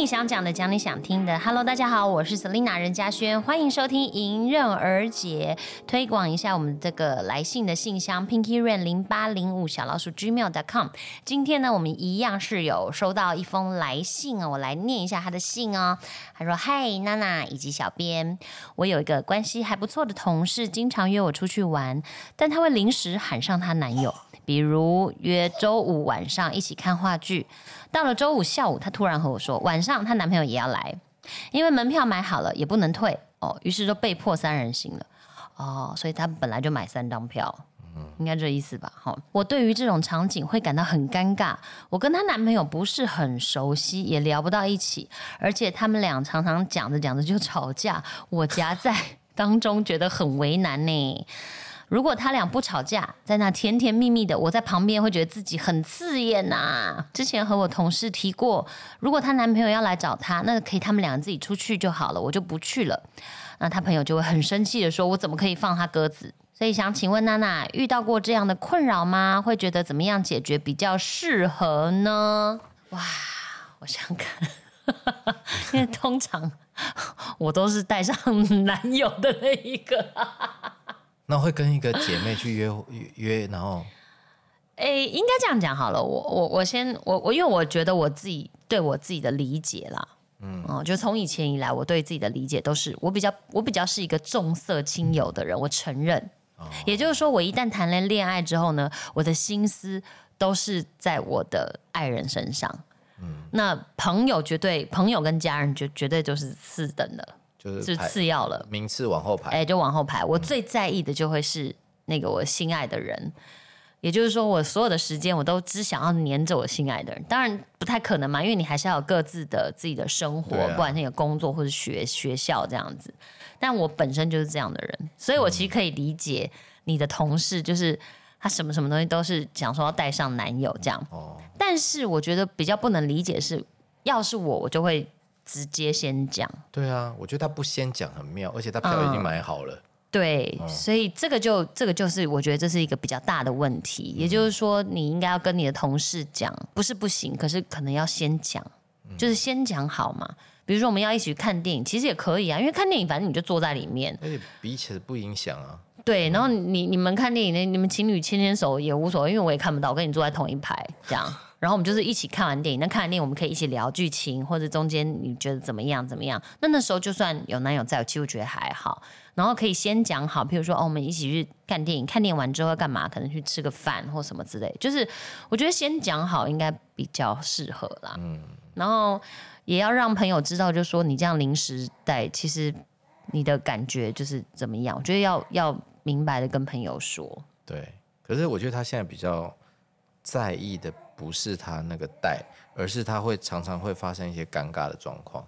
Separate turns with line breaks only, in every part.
你想讲的，讲你想听的。Hello，大家好，我是 Selina 任嘉轩，欢迎收听迎刃而解。推广一下我们这个来信的信箱 Pinky Rain 零八零五小老鼠 gmail.com。今天呢，我们一样是有收到一封来信哦，我来念一下他的信哦。他说：“嗨，娜娜以及小编，我有一个关系还不错的同事，经常约我出去玩，但她会临时喊上她男友。”比如约周五晚上一起看话剧，到了周五下午，她突然和我说，晚上她男朋友也要来，因为门票买好了也不能退哦，于是就被迫三人行了哦，所以她本来就买三张票，应该这意思吧？哈、我对于这种场景会感到很尴尬，我跟她男朋友不是很熟悉，也聊不到一起，而且他们俩常常讲着讲着就吵架，我夹在当中觉得很为难呢。如果他俩不吵架，在那甜甜蜜蜜的，我在旁边会觉得自己很刺眼呐、之前和我同事提过，如果她男朋友要来找她，那可以他们俩自己出去就好了，我就不去了。那她朋友就会很生气的说：“我怎么可以放他鸽子？”所以想请问娜娜，遇到过这样的困扰吗？会觉得怎么样解决比较适合呢？哇，我想想看， 因为通常 我都是带上男友的那一个。
那会跟一个姐妹去约 约约，然后
诶，应该这样讲好了。我我我先我我，因为我觉得我自己对我自己的理解啦，嗯，哦，就从以前以来，我对自己的理解都是我比较我比较是一个重色轻友的人，我承认。也就是说，我一旦谈了恋爱之后呢，我的心思都是在我的爱人身上。嗯，那朋友绝对，朋友跟家人绝绝对就是次等的，
就
就是是
排
次要了。
名次往后排。
哎、就往后排。我最在意的就会是那个我心爱的人，也就是说，我所有的时间我都只想要黏着我心爱的人。当然不太可能嘛，因为你还是要有各自的自己的生活，
对啊
不管是你的工作或者学学校这样子。但我本身就是这样的人，所以我
嗯
其实可以理解你的同事，就是他什么什么东西都是想说要带上男友这样。
哦，
但是我觉得比较不能理解是，要是我，我就会直接先讲。
对啊，我觉得她不先讲很妙，而且她票已经买好
嗯
了。
对，所以这个就这个就是我觉得这是一个比较大的问题，也就是说你应该要跟你的同事讲，不是不行，可是可能要先讲，就是先讲好嘛。比如说我们要一起去看电影，其实也可以啊，因为看电影反正你就坐在里面，
而且彼此不影响啊，
对，然后你你们看电影，那你们情侣牵牵手也无所谓，因为我也看不到，我跟你坐在同一排这样。然后我们就是一起看完电影，那看完电影我们可以一起聊剧情，或者中间你觉得怎么样怎么样？那那时候就算有男友在，其实我觉得还好。然后可以先讲好，譬如说哦，我们一起去看电影，看电影完之后要干嘛？可能去吃个饭或什么之类。就是我觉得先讲好应该比较适合啦。然后也要让朋友知道，就说你这样临时带，其实你的感觉就是怎么样？我觉得要要明白的跟朋友说，
对。可是我觉得她现在比较在意的不是她那个带，而是她会常常会发生一些尴尬的状况。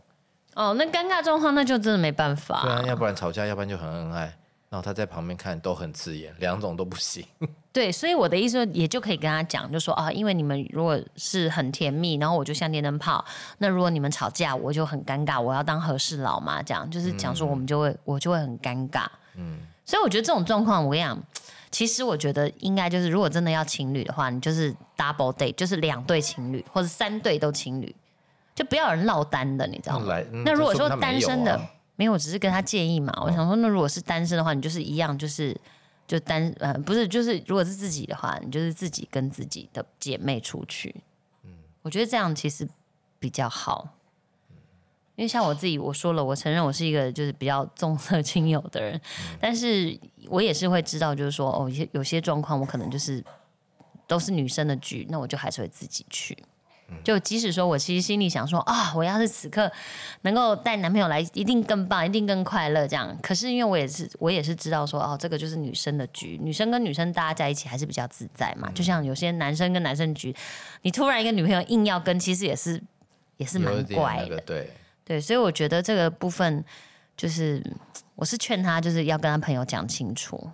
哦，那尴尬状况那就真的没办法、
对啊，要不然吵架，要不然就很恩爱。然后她在旁边看都很刺眼，两种都不行。
对，所以我的意思也就可以跟他讲，就说啊，因为你们如果是很甜蜜，然后我就像电灯泡；那如果你们吵架，我就很尴尬，我要当和事佬嘛，这样就是讲
嗯
说我们就会、我就会很尴尬。嗯，所以我觉得这种状况，我跟你讲，其实我觉得应该就是，如果真的要情侣的话，你就是 double date，就是两对情侣或者三对都情侣，就不要有人落单的，你知道吗？
来，嗯
那如果
这
说
不定她没
单
有
身的，
啊嗯
没有，我只是跟他建议嘛。我想说，那如果是单身的话，你就是一样，就是就单呃，不是，就是如果是自己的话，你就是自己跟自己的姐妹出去。嗯，我觉得这样其实比较好。
嗯
因为像我自己，我说了，我承认我是一个就是比较重色轻友的人，但是我也是会知道，就是说哦，有些有些状况我可能就是都是女生的局，那我就还是会自己去。
嗯
就即使说我其实心里想说啊、我要是此刻能够带男朋友来，一定更棒，一定更快乐这样。可是因为我也是我也是知道说哦，这个就是女生的局，女生跟女生大家在一起还是比较自在
嗯
嘛。就像有些男生跟男生局，你突然一个女朋友硬要跟，其实也是也是
有
蛮
一点
怪
那
的
个。对，
对，所以我觉得这个部分就是我是劝他，就是要跟他朋友讲清楚，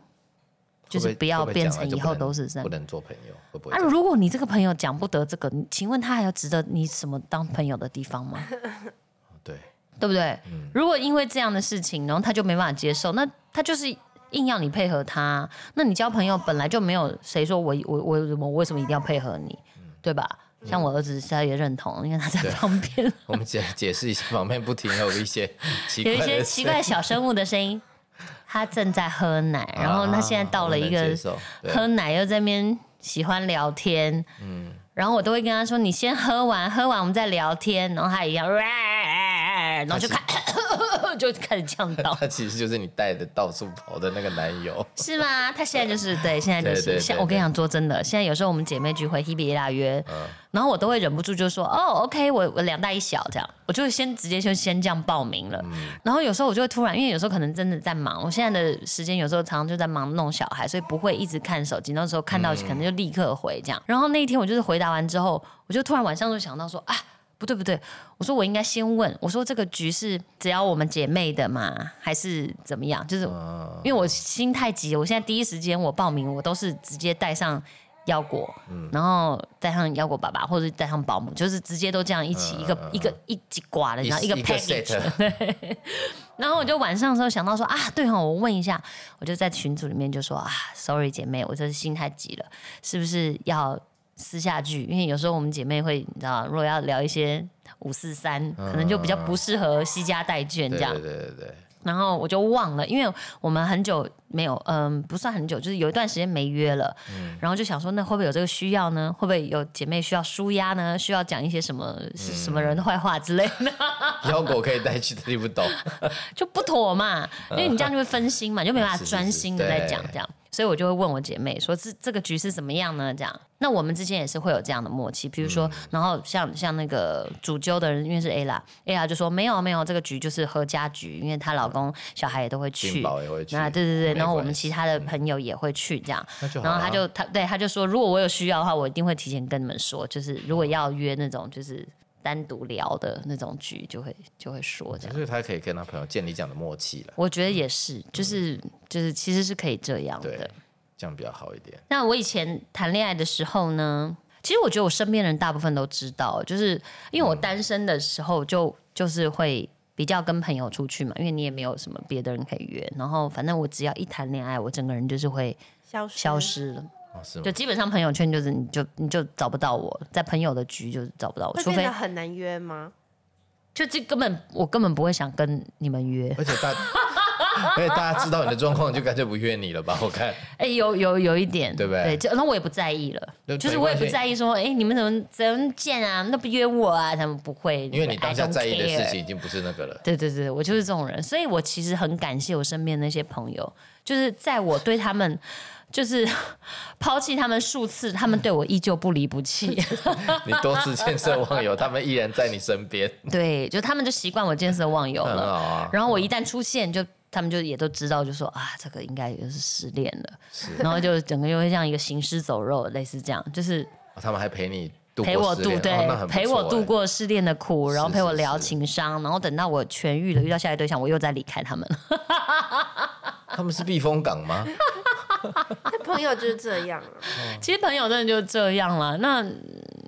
就
会
是
会
不要
会
变
讲了
成
就
以
不
后
能
都是这
不
样。
能做朋友，会不会
啊，
这样？
如果你这个朋友讲不得这个，你请问他还有值得你什么当朋友的地方吗？
对，
对不 对？
嗯
如果因为这样的事情，然后他就没办法接受，那他就是硬要你配合
嗯
他。那你交朋友本来就没有谁说我我我我为什么一定要配合你，对吧？像我儿子他也认同，因为他在旁 边
我们解解释一下，旁边不停有 一些奇
有一
怪的
些
声
奇怪的小生物的声音。他正在喝奶，
啊
然后他现在到
我
了
能
一个
接受对
喝奶又在那边喜欢聊天，嗯，然后我都会跟他说：“你先喝完，喝完我们再聊天。”然后他一样，然后就开 就开始呛到，
他其实就是你带的到处跑的那个男友，
是吗？他现在就是对，现在就
对对
是
对
像
对嗯
我跟你讲，说真的，现在有时候我们姐妹聚会，Hebe 拉约，然后我都会忍不住就说，哦，OK，我我两大一小这样，我就先直接就先这样报名了。
嗯
然后有时候我就会突然，因为有时候可能真的在忙，我现在的时间有时候常常就在忙弄小孩，所以不会一直看手机。那时候看到
嗯
可能就立刻回这样。然后那一天我就是回答完之后，我就突然晚上就想到说，啊。不对不对，我说我应该先问，我说这个局是只要我们姐妹的嘛，还是怎么样？就是
嗯，
因为我心太急，我现在第一时间我报名，我都是直接带上腰果，
嗯
然后带上腰果爸爸或者带上保姆，就是直接都这样一起、
嗯
一个、
嗯
一个一起挂的，
一
然后一个
一
package。
set，
然后我就晚上的时候想到说啊，对哈、我问一下，我就在群组里面就说啊，sorry 姐妹，我这是心太急了，是不是要私下聚？因为有时候我们姐妹会，你知道，如果要聊一些五四三，可能就比较不适合惜家带眷
嗯对
这样
对。对对对，
然后我就忘了，因为我们很久没有，嗯，不算很久，就是有一段时间没约了。
嗯
然后就想说，那会不会有这个需要呢？会不会有姐妹需要舒压呢？需要讲一些什么、
嗯
是什么人的坏话之类的，
妖狗可以带去，听不懂，
就不妥嘛。因
嗯
为你这样就会分心嘛，你就 没办法专心的在讲
是是是对
这样。所以我就会问我姐妹说，这这个局是怎么样呢？这样，那我们之间也是会有这样的默契。比如
嗯
说，然后像像那个主揪的人，因为是 Ella，Ella 就说没有没有，这个局就是合家局，因为她老公小孩也都会
金
去。
宝也会去，
那对对对，
没
然后我
关
们
系
其他的朋友也会去这样，
那就好啊
然后他
啦
就他对他就说，如果我有需要的话，我一定会提前跟你们说，就是如
嗯
果要约那种就是单独聊的那种局，就会就会说这样。
所以他可以跟他朋友建立这样的默契了，
我觉得也是，就是就是其实是可以这样的
对。，这样比较好一点。
那我以前谈恋爱的时候呢，其实我觉得我身边人大部分都知道，就是因为我单身的时候
嗯
就就是会比较跟朋友出去嘛，因为你也没有什么别的人可以约，然后反正我只要一谈恋爱，我整个人就是会
消失
消失了，
哦，是吗
就？基本上朋友圈就是你就你就找不到我，在朋友的局就是找不到我，
会
除
变
非
得很难约 吗？
就这根本我根本不会想跟你们约。
而且 大，而且大家知道你的状况，就干脆不约你了吧？我看，
哎、有有有一点，
对不对
对，就那我也不在意了，
就
就是
没
我也
关
不
系
在意说，哎、你们怎么怎么见啊？那不约我啊？他们不会，
因为你
I
当下
don't
在意的事
care
情已经不是那个了。
对对对，我就是这种人，所以我其实很感谢我身边那些朋友，就是在我对他们就是 抛弃他们数次，他们对我依旧不离不 弃。
你多次见色忘友，他们依然在你 身边，
对，就他们就习惯我见色忘友
很好
了，
啊。
然后我一旦出现就。他们就也都知道，就说啊，这个应该就是失恋了，然后就整个又会像一个行尸走肉，类似这样，就是
哦 他们还陪你度过
陪我
失
度
恋
对、
哦那很不
陪
错
我度
欸
过失恋的苦，然后
是
陪我
是
聊
是
情伤，然后等到我痊愈了，遇到下一个对象，我又再离开他们。
哦他们是避风港吗？
那朋友就是这样啊，
其实朋友真的就这样了。那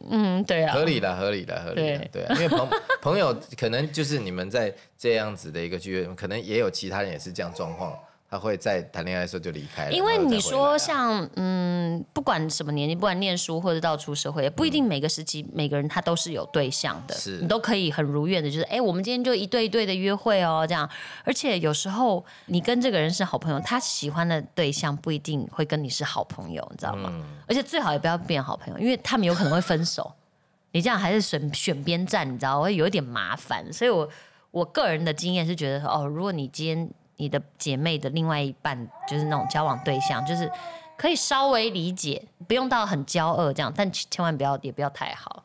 嗯，对啊
合，理的，合理的，合理的
对，
对啊，因为朋朋友可能就是你们在这样子的一个剧院，可能也有其他人也是这样状况，他会在谈恋爱的时候就离开了。
因为
然后再
你
回来
说
啊
像嗯，不管什么年纪，不管念书或者到出社会，也不一定每个时期、每个人他都是有对象的，
是
你都可以很如愿的，就是哎，我们今天就一对一对的约会哦，这样。而且有时候你跟这个人是好朋友，他喜欢的对象不一定会跟你是好朋友，你知道吗？而且最好也不要变好朋友，因为他们有可能会分手。你这样还是选选边站，你知道会有一点麻烦，所以我我个人的经验是觉得哦，如果你今天你的姐妹的另外一半就是那种交往对象，就是可以稍微理解，不用到很骄傲这样，但千万不要也不要太好，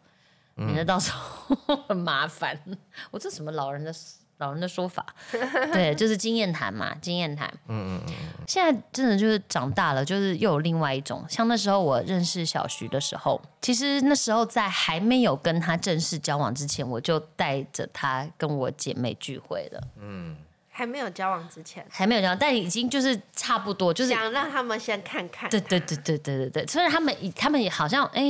免得到时候很麻烦。 我这什么老人的老人的说 法？对，就是经验谈嘛，经验谈。嗯嗯嗯。现在真的就是长大了，就是又有另外一种。像那时候我认识小徐的时候，其实那时候在还没有跟他正式交往之前，我就带着他跟我姐妹聚会了，
还没有交往之前，
还没有交往，但已经就是差不多，就是
想让他们先看看。
对对对对对对对，虽然他们以他们也好像哎、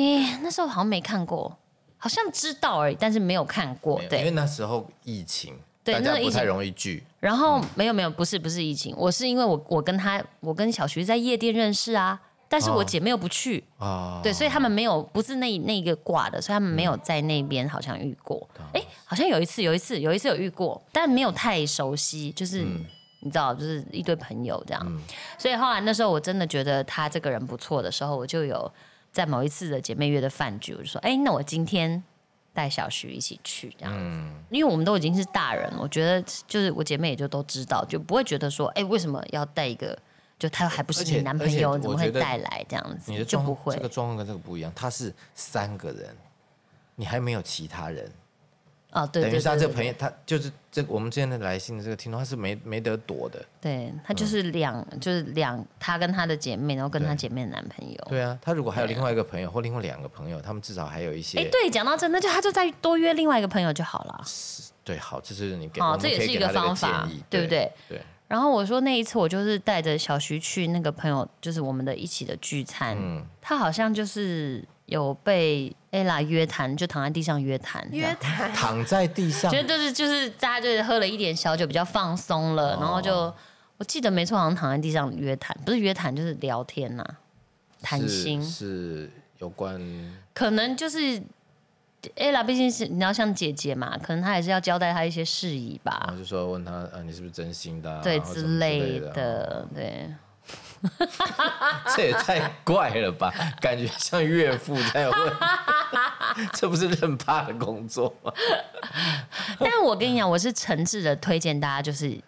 那时候好像没看过，好像知道而已，但是没有看过
没。有因为
对，
那时候疫情，
对
大
那
家
个疫
不太
情
容易聚，嗯
然后没有没有，不是不是疫情，我是因为我我跟他我跟小徐在夜店认识啊，但是我
哦
姐妹又不去，
啊，
哦对，所以他们没有不是那那个挂的，所以他们没有在那边好像遇过。
嗯
哎、好像有一次，有一次，有一次有遇过，但没有太熟悉，就是。
嗯
你知道，就是一堆朋友这样，所以后来那时候我真的觉得他这个人不错的时候，我就有在某一次的姐妹约的饭局，我就说，哎、那我今天带小徐一起去这样子，
嗯
因为我们都已经是大人，我觉得就是我姐妹也就都知道，就不会觉得说，哎、为什么要带一个，就他还不是
而且
你男
而
朋
且
友，
我
怎么会
觉得
带来这样子？
你的
就
状
不会
这个状况跟这个不一样，他是三个人，你还没有其他人，
哦，对，
等于
对
是他
对
这
对
个朋友，他就是这个我们之前的来信的这个听众，他是没没得躲的，
对他就是两、就是两，他跟他的姐妹，然后跟他
嗯对
姐妹的男朋友。
对啊，他如果还有另外一个朋友或另外两个朋友，他们至少还有一些
哎、对，讲到这，那就他就再多约另外一个朋友就好了。
对好，这就是你给，我
哦，
们
这也
可以
是一
给
个
他的
方法
建议，
对不对？
对，
然后我说那一次我就是带着小徐去那个朋友，就是我们的一起的聚餐，
嗯，
他好像就是有被 ella 约谈，就躺在地上约谈，这样
约谈
躺在地上
哎觉得就是就是大家就是喝了一点小酒，比较放松
哦
了，然后就我记得没错，好像躺在地上约谈，不是约谈就是聊天呐、谈
是
心啊
是有关
可能就是。e l 毕竟是你要像姐姐嘛，可能她还是要交代她一些事宜
然
吧
后，就说问他，呃，你是不是真心的啊、
对
然后什么
之类
的啊，
的，对。
这也太怪了吧？ 感觉像岳父在问， 这不是认爸的工作吗？
但我跟你讲，我是诚挚的推荐大家，就是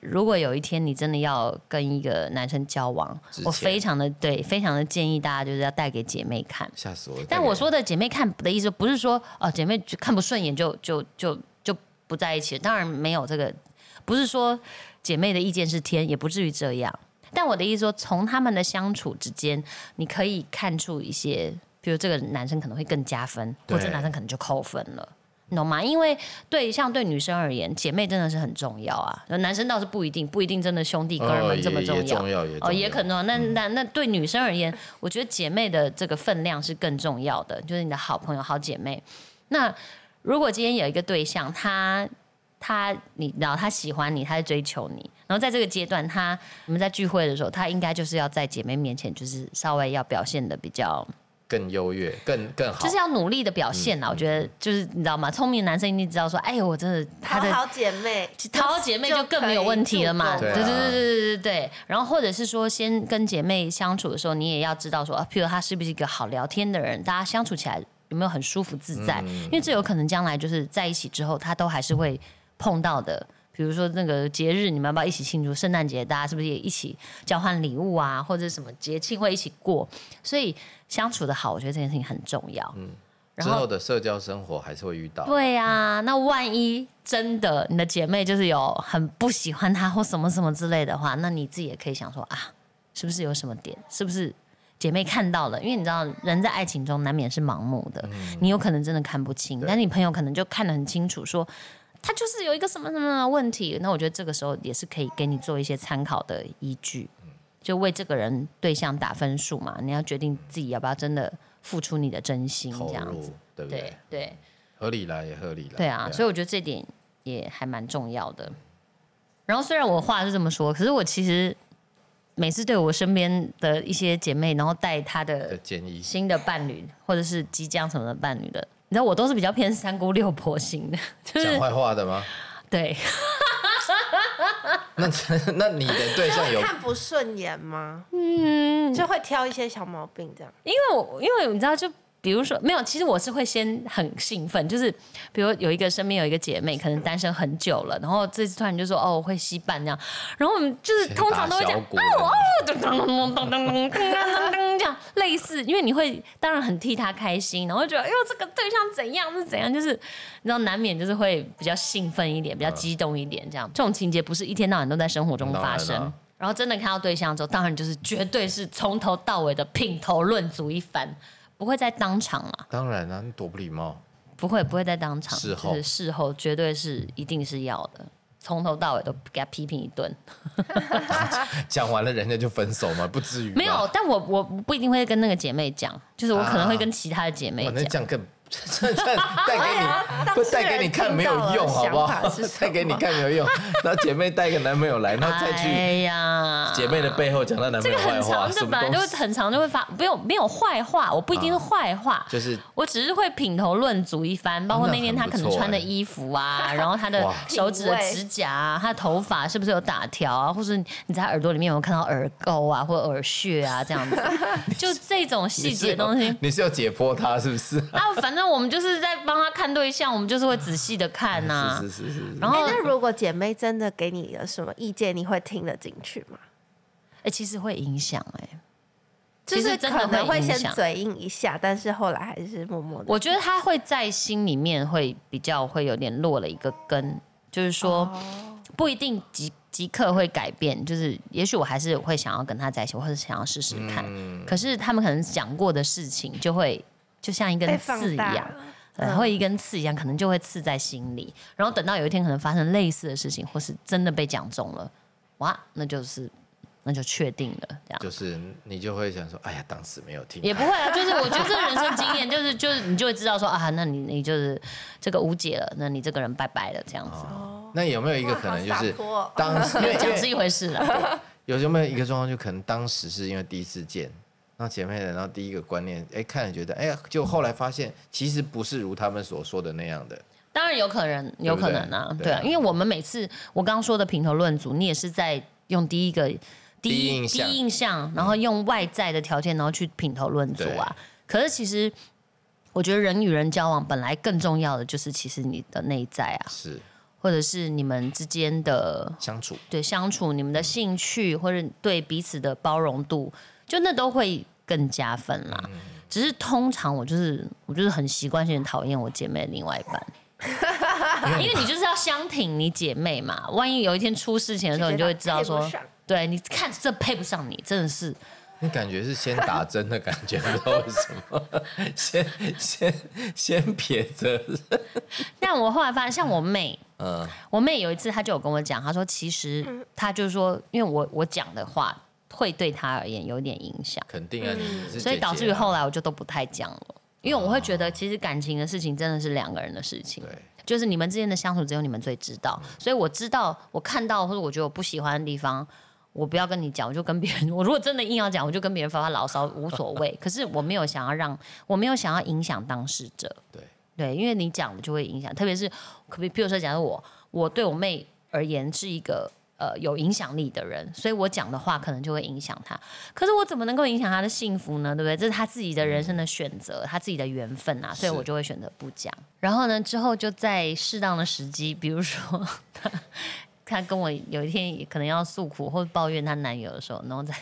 如果有一天你真的要跟一个男生交往
之，前
我非常的对，非常的建议大家就是要带给姐妹看。
吓死我了！
但我说的姐妹看的意思，不是说哦姐妹就看不顺眼就就就就不在一起，当然没有这个，不是说姐妹的意见是天，也不至于这样。但我的意思说，从他们的相处之间，你可以看出一些，比如这个男生可能会更加分，或
对
者这个男生可能就扣分了。你懂吗？因为对像对女生而言，姐妹真的是很重要啊。男生倒是不一定，不一定真的兄弟哥
哦
们
也
这么重
也重要也重
哦，也
要嗯
可能哦。那那那对女生而言，我觉得姐妹的这个分量是更重要的，就是你的好朋友、好姐妹。那如果今天有一个对象，他他你然后他喜欢你，他在追求你，然后在这个阶段，他你们在聚会的时候，他应该就是要在姐妹面前，就是稍微要表现的比较，
更优越，更更好，嗯
就是要努力的表现啦。我觉得就是你知道吗？聪明的男生一定知道说，哎呦，我真的他
讨
的
好姐 妹，
讨好姐妹就更没有问题了嘛。
就
对
可
对
以
对
对对
啊
对对对。然后或者是说，先跟姐妹相处的时候，你也要知道说，啊譬如她是不是一个好聊天的人，大家相处起来有没有很舒服自在？因为这有可能将来就是在一起之后，她都还是会碰到的。比如说那个节日，你们要不要一起庆祝？圣诞节大家是不是也一起交换礼物啊，或者什么节庆会一起过？所以相处的好，我觉得这件事情很重要。嗯，然
之
后
后的社交生活还是会遇到。
对呀、那万一真的你的姐妹就是有很不喜欢他或什么什么之类的话，那你自己也可以想说啊，是不是有什么点？是不是姐妹看到了？因为你知道，人在爱情中难免是盲目的，
嗯
你有可能真的看不清，但你朋友可能就看得很清楚说。他就是有一个什么什么什么的问题，那我觉得这个时候也是可以给你做一些参考的依据，
嗯
就为这个人对象打分数嘛。你要决定自己要不要真的付出你的真心，
投
这样子
入，，对不对？
对对。
合理啦，也合理啦。
对啊，所以我觉得这点也还蛮重要的。然后虽然我话是这么说，可是我其实每次对我身边的一些姐妹，然后带她
的
的
建议
新的伴侣，或者是即将什么的伴侣的，你知道我都是比较偏三姑六婆型的，就是
讲坏话 的吗？
对，
那 那你的对
啊
象
会
有
看不顺眼吗？嗯，就会挑一些小毛病这样。
因为我因为你知道就。比如说，没有，其实我是会先很兴奋，就是比如有一个身边有一个姐妹，可能单身很久了，然后这次突然就说哦，我会吸伴那样，然后我们就是 通常都会
打
讲哦
小鼓的
噔噔噔噔噔噔噔噔噔这样类似，因为你会当然很替他开心，然后觉得哎呦这个对象怎样是怎样，就是你知道难免就是会比较兴奋一点，比较激动一点这样。这种情节不是一天到晚都在生活中发
当然
生
啦。
然后真的看到对象之后，当然就是绝对是从头到尾的品头论足一番，不会在当场啦，
当然啦、你多不礼貌。
不会不会在当场，
事
就
后
是事后绝对是一定是要的，从头到尾都给他批评一顿。
讲完了人家就分手吗？不至于吧。
没有，但我我不一定会跟那个姐妹讲，就是我可能会
啊
跟其他的姐妹
哇，
讲。哎
那这样更 这这带 给你，不带给你看没有用，好不好
当事人听到了想法是？什么
带给你看没有用。然后姐妹带一个男朋友来，然后再
哎
去
呀，
姐妹的背后讲她男朋
这
友
个
坏
很
话，
长，
什
这
么
本来就
东
会
西？啊
很长，就会发，没有没有坏话，我不一定是坏话，
就是
我只是会品头论足一番，包括那天他可能穿的衣服 啊，然后他的
欸哇
手指的指甲啊，他的头发是不是有打条啊，或者你在耳朵里面有没有看到耳垢啊，或者耳屑啊这 样子，就这种细节的东
你是
西
有。你是要解剖她是不是？
啊，反正我们就是在帮他看对象，我们就是会仔细的看呐、
哎是是是是。
然
哎
后，哎、
那如果姐妹真的给你了什么意见，你会听得进去吗？
欸其实会影响哎、
就
其实
是
真
可
的会
能会
影
先
响
嘴硬一下，但是后来还是默默的。
我觉得他会在心里面会比较会有点落了一个根，就是说、
哦
不一定即即刻会改变，就是也许我还是会想要跟他在一起，或者想要试试看。
嗯
可是他们可能讲过的事情就会就像一
被
根刺
放
一
大嗯
样。呃会一根刺一样，可能就会刺在心里，然后等到有一天可能发生类似的事情，或是真的被讲中了，哇，那就是那就确定了，这样
就是你就会想说，哎呀，当时没有听
也不会啊，就是我觉得这人生经验，就是就是你就会知道说啊，那你你就是这个无解了，那你这个人拜拜了这样子，
哦那有没有一个可能就
哇好
是
洒脱哦
当时因为因
讲是
为
一回事 啦。
有有没有一个状况，就可能当时是因为第一次见，然后姐妹的，然后第一个观念，哎，看了觉得，哎呀，就后来发现其实不是如他们所说的那样的，
当然有可能，有可能啊，
对不对
对啊，
对啊
因为我们每次我刚说的评头论足，你也是在用第一个第
第一印
第
象
一印象，然后用外在的条件，然后去评头论足啊。可是其实。我觉得人与人交往本来更重要的就是，其实你的内在啊，
是
或者是你们之间的
相处
对相处、你们的兴趣或者对彼此的包容度，就那都会更加分啦。只是通常我就是我就是很习惯性地讨厌我姐妹的另外一半，因为你就是要相挺你姐妹嘛。万一有一天出事情的时候，你就会知道
就
说
觉
对
得她配不上，
你看这配不上你，真的是
你感觉是先打针的感觉， 不知道为什么，先先先撇着，
但我后来发现，像我妹，
嗯，
我妹有一次她就有跟我讲，她说其
嗯
实她就说，因为我我讲的话会对她而言有点影响。
肯定啊，你是
嗯所以
姐
导致
姐
于
啊
后来我就都不太讲了，因为我会觉得其实感情的事情真的是两个人的事情
对，嗯
就是你们之间的相处只有你们最知道，所以我知道我看到或者我觉得我不喜欢的地方。我不要跟你讲，我就跟别人。我如果真的硬要讲，我就跟别人发发牢骚，无所谓。 可是我没有想要让，我没有想要影响当事者。
对
对，因为你讲的就会影响，特别是可比，譬如说，假如我我对我妹而言是一个呃有影响力的人，所以我讲的话可能就会影响她。可是我怎么能够影响她的幸福呢？对不对？这是她自己的人生的选择，她自己的缘分啊，所以
嗯是
我就会选择不讲。然后呢，之后就在适当的时机，比如说 她她跟我有一天也可能要诉苦或者抱怨她男友的时候，然后再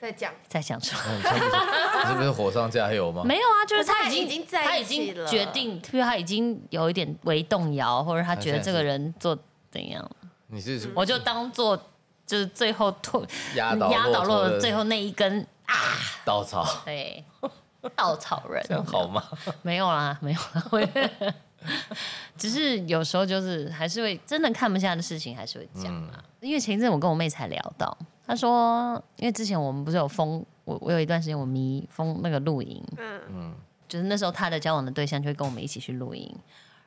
在讲，
再想出来。
那你是不是你是不是火上加油吗？
没有啊，就是
可是
他
他
已经
已经在
他
一
已经
起了
决定，譬如他已经有一点微动摇，或者他觉得
他现在是
这个人做怎样，
你是
我就当做就是最后吐
压倒
压倒
骆
落
驼
的最后那一根
稻草，
对稻草人
这，样好吗？
没有啦，没有啦，我 只是有时候就是还是会真的看不下的事情还是会讲啦。因为前一阵我跟我妹才聊到，她说，因为之前我们不是有封我，我有一段时间我迷封那个露营，
嗯，
就是那时候她的交往的对象就会跟我们一起去露营，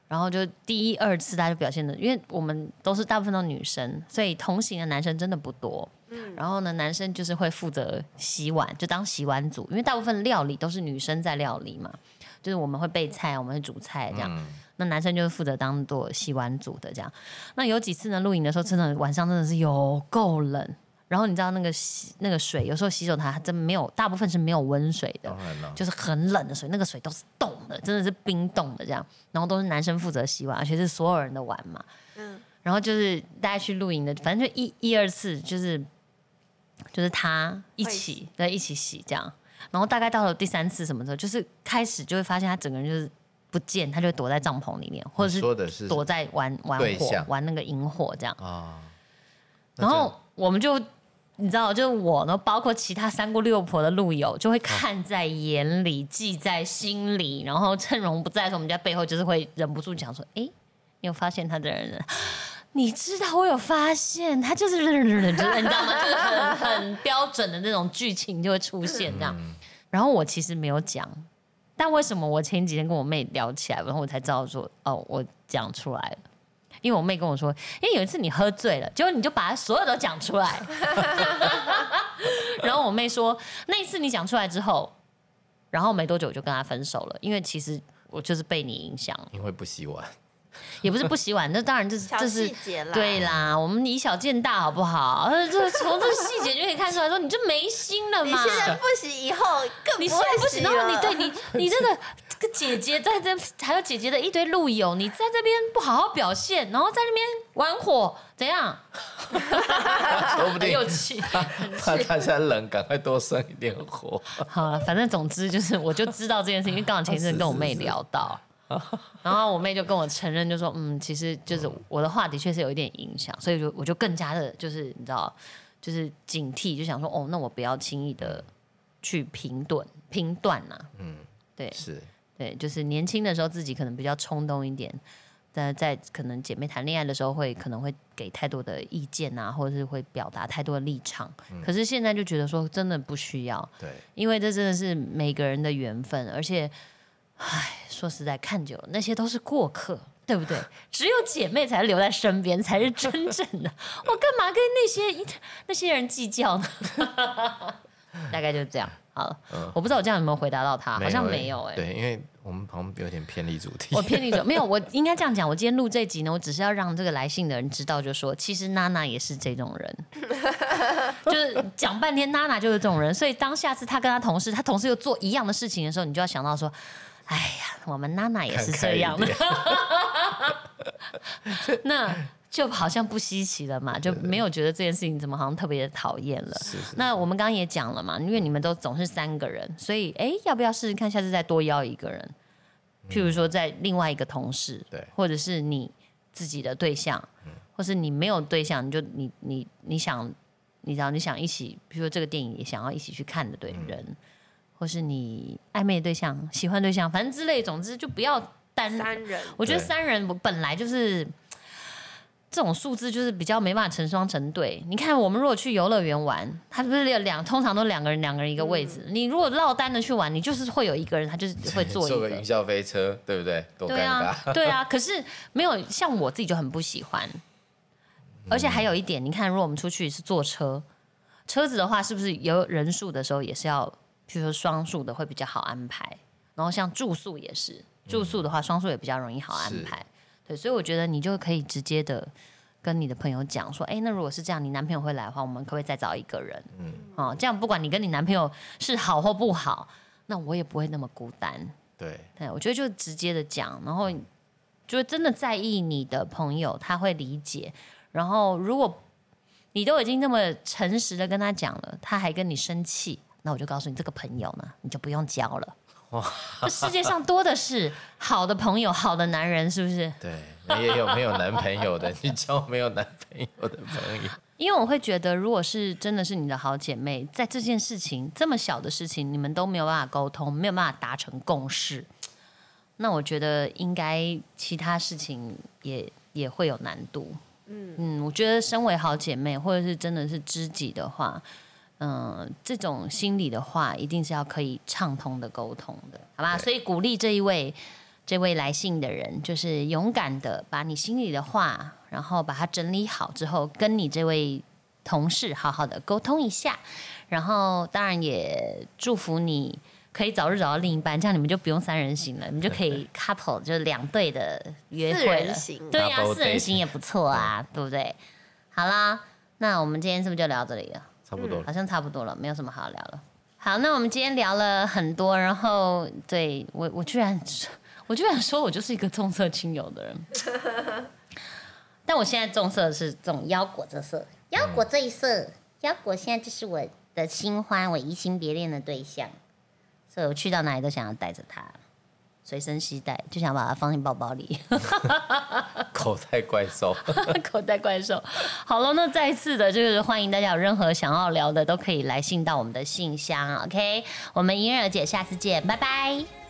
然后就第一二次她就表现的，因为我们都是大部分都女生，所以同行的男生真的不多。然后呢，男生就是会负责洗碗，就当洗碗组，因为大部分料理都是女生在料理嘛，就是我们会备菜，我们会煮菜这样。那男生就是负责当做洗碗组的这样。那有几次呢，露营的时候真的晚上真的是有够冷，然后你知道那个洗那个水，有时候洗手台它真没有，大部分是没有温水的
当，然了，
就是很冷的水，那个水都是冻的，真的是冰冻的这样。然后都是男生负责洗碗，而且是所有人的碗嘛。嗯
嗯。
然后就是大家去露营的，反正就一一二次，就是就是他一起对一起洗这样。然后大概到了第三次什么时候，就是开始就会发现他整个人就是不见，他就躲在帐篷里面，或者
你
是
说的是
躲在玩玩
对
火
象
玩那个萤火这样。
啊，那
然后我们就你知道，就是我呢，包括其他三姑六婆的路友，就会看在眼里，记在心里。然后趁荣不在的时候，我们家背后就是会忍不住讲说：“诶，你有发现他的人？”你知道我有发现，他就是就是你知道 吗？就是很很标准的那种剧情就会出现这样。然后我其实没有讲，但为什么我前几天跟我妹聊起来，然后我才知道说，哦，我讲出来了。因为我妹跟我说，因为有一次你喝醉了，结果你就把它所有都讲出 来。 然后我妹说，那一次你讲出来之后，然后没多久我就跟她分手了，因为其实我就是被你影响了，
因为不洗碗，
也不是不洗碗，那当然这是
小
这是
细节啦，
对啦，我们以小见大好不好？呃这从这细节就可以看出来说，你就没心了
你
嘛。
现在不洗，以后更
你
不
现在不
会洗
行，然后你
了
对你你这个这个姐姐在这，还有姐姐的一堆路友，你在这边不好好表现，然后在那边玩火，怎样？
说不
很
定
有 气。
怕大家冷，赶快多生一点火。
好了，反正总之就是，我就知道这件事情，因为刚好前一阵跟我妹聊到，然后我妹就跟我承认，就说嗯，其实就是我的话的确是有一点影响，所以就我就更加的，就是你知道，就是警惕，就想说哦，那我不要轻易的去评断评断呐、
嗯，
对
是
对，就是年轻的时候自己可能比较冲动一点。但在可能姐妹谈恋爱的时候会可能会给太多的意见啊，或者是会表达太多的立场。可是现在就觉得说真的不需要，
对，
因为这真的是每个人的缘分，而且，唉，说实在，看久了那些都是过客，对不对？ 只有姐妹才留在身边，才是真正的。 我干嘛跟那些那些人计较呢？ 大概就这样。好了，我不知道我这样有没有回答到他，好像
欸
没有哎、
对，因为我们好像有点偏离主题
我。骗你走，没有，我应该这样讲。我今天录这集呢，我只是要让这个来信的人知道，就说其实娜娜也是这种人，就是讲半天娜娜就是这种人。所以当下次她跟她同事，她同事又做一样的事情的时候，你就要想到说，哎呀，我们娜娜也是这样的，
看开
那就好像不稀奇了嘛，就没有觉得这件事情怎么好像特别的讨厌了。
是是
那我们刚刚也讲了嘛，因为你们都总是三个人，所以哎，要不要试试看下次再多邀一个人？譬如说，在另外一个同事，
对嗯
或者是你自己的对象，或是你没有对象，你就你你你想，你知道你想一起，比如说这个电影也想要一起去看的对人，
嗯
或是你暧昧的对象、喜欢对象，反正之类，总之就不要单
三人
我觉得
对
三人我本来就是这种数字，就是比较没办法成双成对。你看，我们如果去游乐园玩，它不是有两，通常都两个人两个人一个位置。你如果落单的去玩，你就是会有一个人，他就是 会坐一
嗯坐个云霄飞车，对不对？多尴
对
尬。
啊， 对啊。可是没有像我自己就很不喜欢，而且还有一
嗯
点，你看，如果我们出去是坐车，车子的话，是不是有人数的时候也是要，譬如说双数的会比较好安排，然后像住宿也是，
嗯
住宿的话双数也比较容易好安排。对，所以我觉得你就可以直接的跟你的朋友讲说，哎，那如果是这样，你男朋友会来的话，我们可不可以再找一个人？嗯，哦，这样不管你跟你男朋友是好或不好，那我也不会那么孤单。
对，
对，我觉得就直接的讲，然后就是真的在意你的朋友，他会理解。然后如果你都已经那么诚实的跟他讲了，他还跟你生气，那我就告诉你，这个朋友呢，你就不用交了。哇，世界上多的是好的朋友，好的男人，是不是？
对，你也有没有男朋友的？你交没有男朋友的 朋友？
因为我会觉得，如果是真的是你的好姐妹，在这件事情这么小的事情，你们都没有办法沟通，没有办法达成共识，那我觉得应该其他事情也也会有难度。嗯我觉得身为好姐妹，或者是真的是知己的话，嗯、这种心理的话，一定是要可以畅通的沟通的，好吧？
对
所以鼓励这一位这位来信的人，就是勇敢的把你心里的话，然后把它整理好之后，跟你这位同事好好的沟通一下，然后当然也祝福你可以早日找到另一半，这样你们就不用三人行了，你们就可 以 couple 就是两对的约
四
会
人
了。
行，
对呀、
Double
四人行也不错啊，对不对？好啦，那我们今天是不是就聊到这里了？
差不多了
好像差不多了，没有什么好聊了。好，那我们今天聊了很多，然后对我我居然我居然说我就是一个重色轻友的人，但我现在重色是这种腰果这色，
腰果这一色，腰果现在就是我的新欢，我移情别恋的对象。
所以我去到哪里都想要带着它，随身携带，就想把它放进包包里。嗯
口袋怪兽，
口袋怪兽。好了，那再次的就是欢迎大家有任何想要聊的，都可以来信到我们的信箱。OK，我们银儿姐下次见，拜拜。